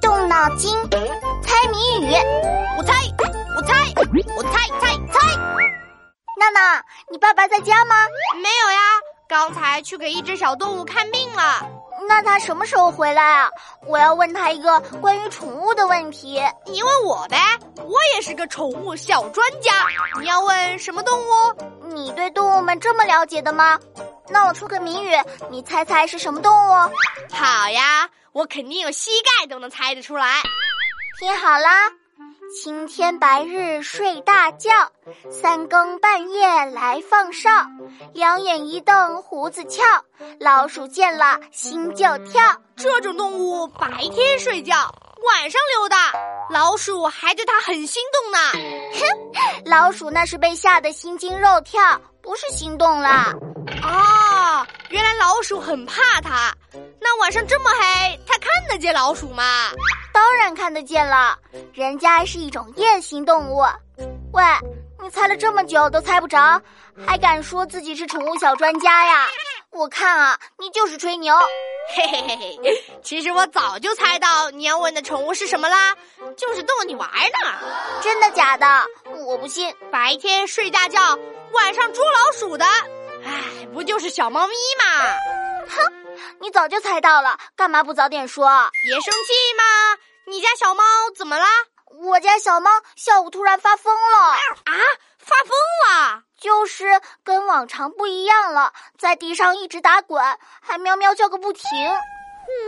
动脑筋，猜谜语。我猜，我猜，我猜猜猜，娜娜，你爸爸在家吗？没有呀，刚才去给一只小动物看病了。那他什么时候回来啊？我要问他一个关于宠物的问题。你问我呗，我也是个宠物小专家。你要问什么动物？你对动物们这么了解的吗？那我出个谜语，你猜猜是什么动物？好呀，我肯定有膝盖都能猜得出来。听好啦，青天白日睡大觉，三更半夜来放哨，两眼一瞪胡子翘，老鼠见了心就跳。这种动物白天睡觉，晚上溜达，老鼠还对它很心动呢。老鼠那是被吓得心惊肉跳，不是心动啦。哦，原来老鼠很怕它。那晚上这么黑，它看得见老鼠吗？当然看得见了，人家是一种夜行动物。喂，你猜了这么久都猜不着，还敢说自己是宠物小专家呀？我看啊，你就是吹牛。 嘿嘿嘿嘿，其实我早就猜到你要问的宠物是什么啦，就是逗你玩呢。真的假的？我不信。白天睡大觉，晚上捉老鼠的，唉，不就是小猫咪吗？你早就猜到了，干嘛不早点说？啊别生气嘛！你家小猫怎么啦？我家小猫下午突然发疯了，啊，发疯了！就是跟往常不一样了，在地上一直打滚，还喵喵叫个不停。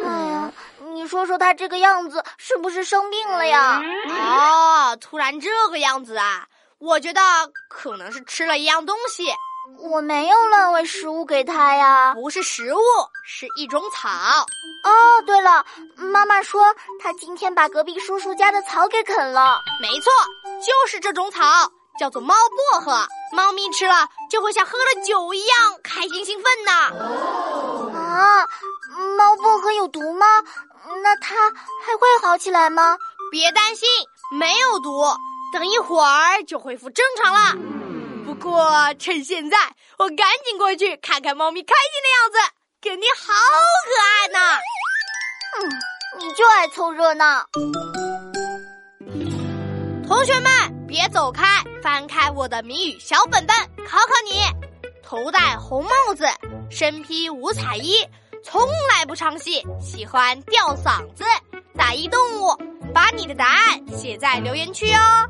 哎呀，你说说它这个样子是不是生病了呀？哦，突然这个样子啊！我觉得可能是吃了一样东西，我没有乱喂食物给它呀。不是食物，是一种草。哦，对了，妈妈说它今天把隔壁叔叔家的草给啃了。没错，就是这种草，叫做猫薄荷。猫咪吃了就会像喝了酒一样开心兴奋呢。啊，猫薄荷有毒吗？那它还会好起来吗？别担心，没有毒，等一会儿就恢复正常啦。不过趁现在，我赶紧过去看看猫咪开心的样子，肯定好可爱呢。你就爱凑热闹。同学们，别走开，翻开我的谜语小本本，考考你：头戴红帽子，身披五彩衣，从来不唱戏，喜欢吊嗓子，打一动物。把你的答案写在留言区哦。